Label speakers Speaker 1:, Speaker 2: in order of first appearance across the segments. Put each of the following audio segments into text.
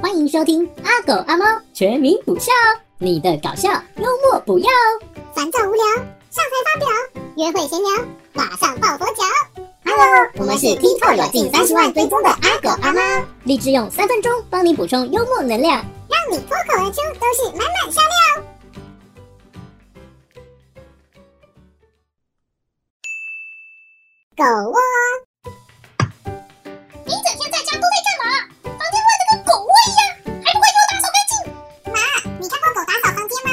Speaker 1: 欢迎收听《阿狗阿猫全民补笑》，你的搞笑幽默补药。
Speaker 2: 烦躁无聊，上台发表，约会闲聊，马上抱佛脚。
Speaker 1: Hello，
Speaker 2: 我们是 TikTok 有近30万追踪的阿狗阿猫，
Speaker 1: 立志用三分钟帮你补充幽默能量。
Speaker 2: 让你脱口而出都是满满笑料。狗窝，你整天在家都在干嘛？房间乱的跟狗窝一样，还不快给我打扫干净！妈，你看过狗打扫房间吗？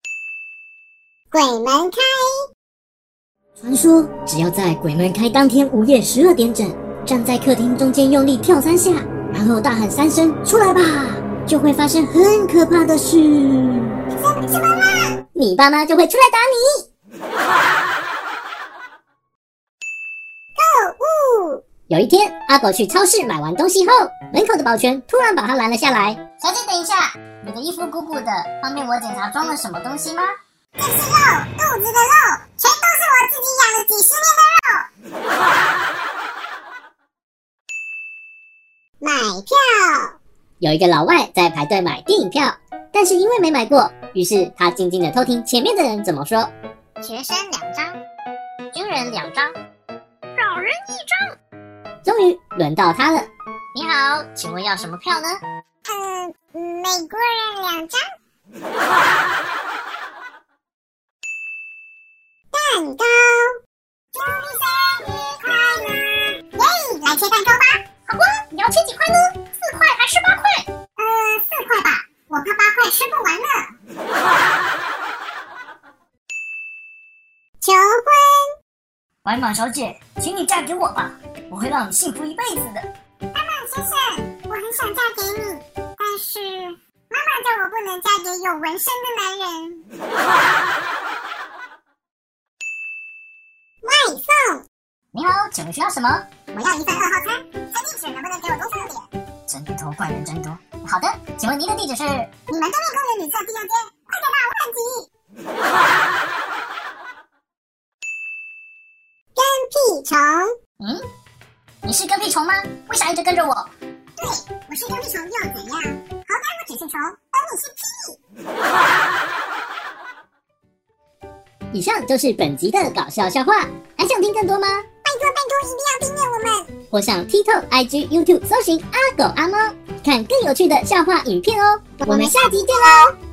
Speaker 2: 那都是养狗的有打扫吗？造反啦！鬼门开，
Speaker 1: 传说只要在鬼门开当天午夜十二点整，站在客厅中间用力跳三下，然后大喊三声“出来吧”，就会发生很可怕的事。
Speaker 2: 什么啦？
Speaker 1: 你爸妈就会出来打你。
Speaker 2: 购物，
Speaker 1: 有一天，阿狗去超市买完东西后，门口的保全突然把他拦了下来。
Speaker 3: 小姐，等一下，你的衣服鼓鼓的，方便我检查装了什么东西吗？
Speaker 2: 肚子的肉全都是我自己养了几十年的肉。买票，
Speaker 1: 有一个老外在排队买电影票，但是因为没买过，于是他静静的偷听前面的人怎么说。
Speaker 3: 学生两张，军人两张，老人一张。
Speaker 1: 终于轮到他了，
Speaker 3: 你好，请问要什么票呢？
Speaker 2: 嗯、美国人两张，蛋糕，祝你生日快乐！耶，来切蛋糕吧。
Speaker 3: 好啊，你要切几块呢？四块还是八块？
Speaker 2: 呃，四块吧，我怕八块吃不完呢。求婚。
Speaker 3: 白马小姐，请你嫁给我吧，我会让你幸福一辈子的。
Speaker 2: 先生，我很想嫁给你，但是妈妈叫我不能嫁给有纹身的男人。外送，
Speaker 3: 你好，请问需要什么？
Speaker 2: 我要一份二号餐，餐地址能不能给我公司的脸？
Speaker 3: 真个头怪人真多。好的，请问您的地址是？
Speaker 2: 你们中面公园女厕第六间，快点吧，我很急。跟屁虫，
Speaker 3: 嗯，你是跟屁虫吗？为啥一直跟着我？
Speaker 2: 对，我是跟屁虫又怎样？好歹我只是虫，而你是屁。
Speaker 1: 以上就是本集的搞笑笑话，还想听更多吗？
Speaker 2: 拜托拜托，一定要订阅我们。
Speaker 1: 或上 TikTok、IG、YouTube 搜寻“阿狗阿猫”，看更有趣的笑话影片哦。我们下集见喽！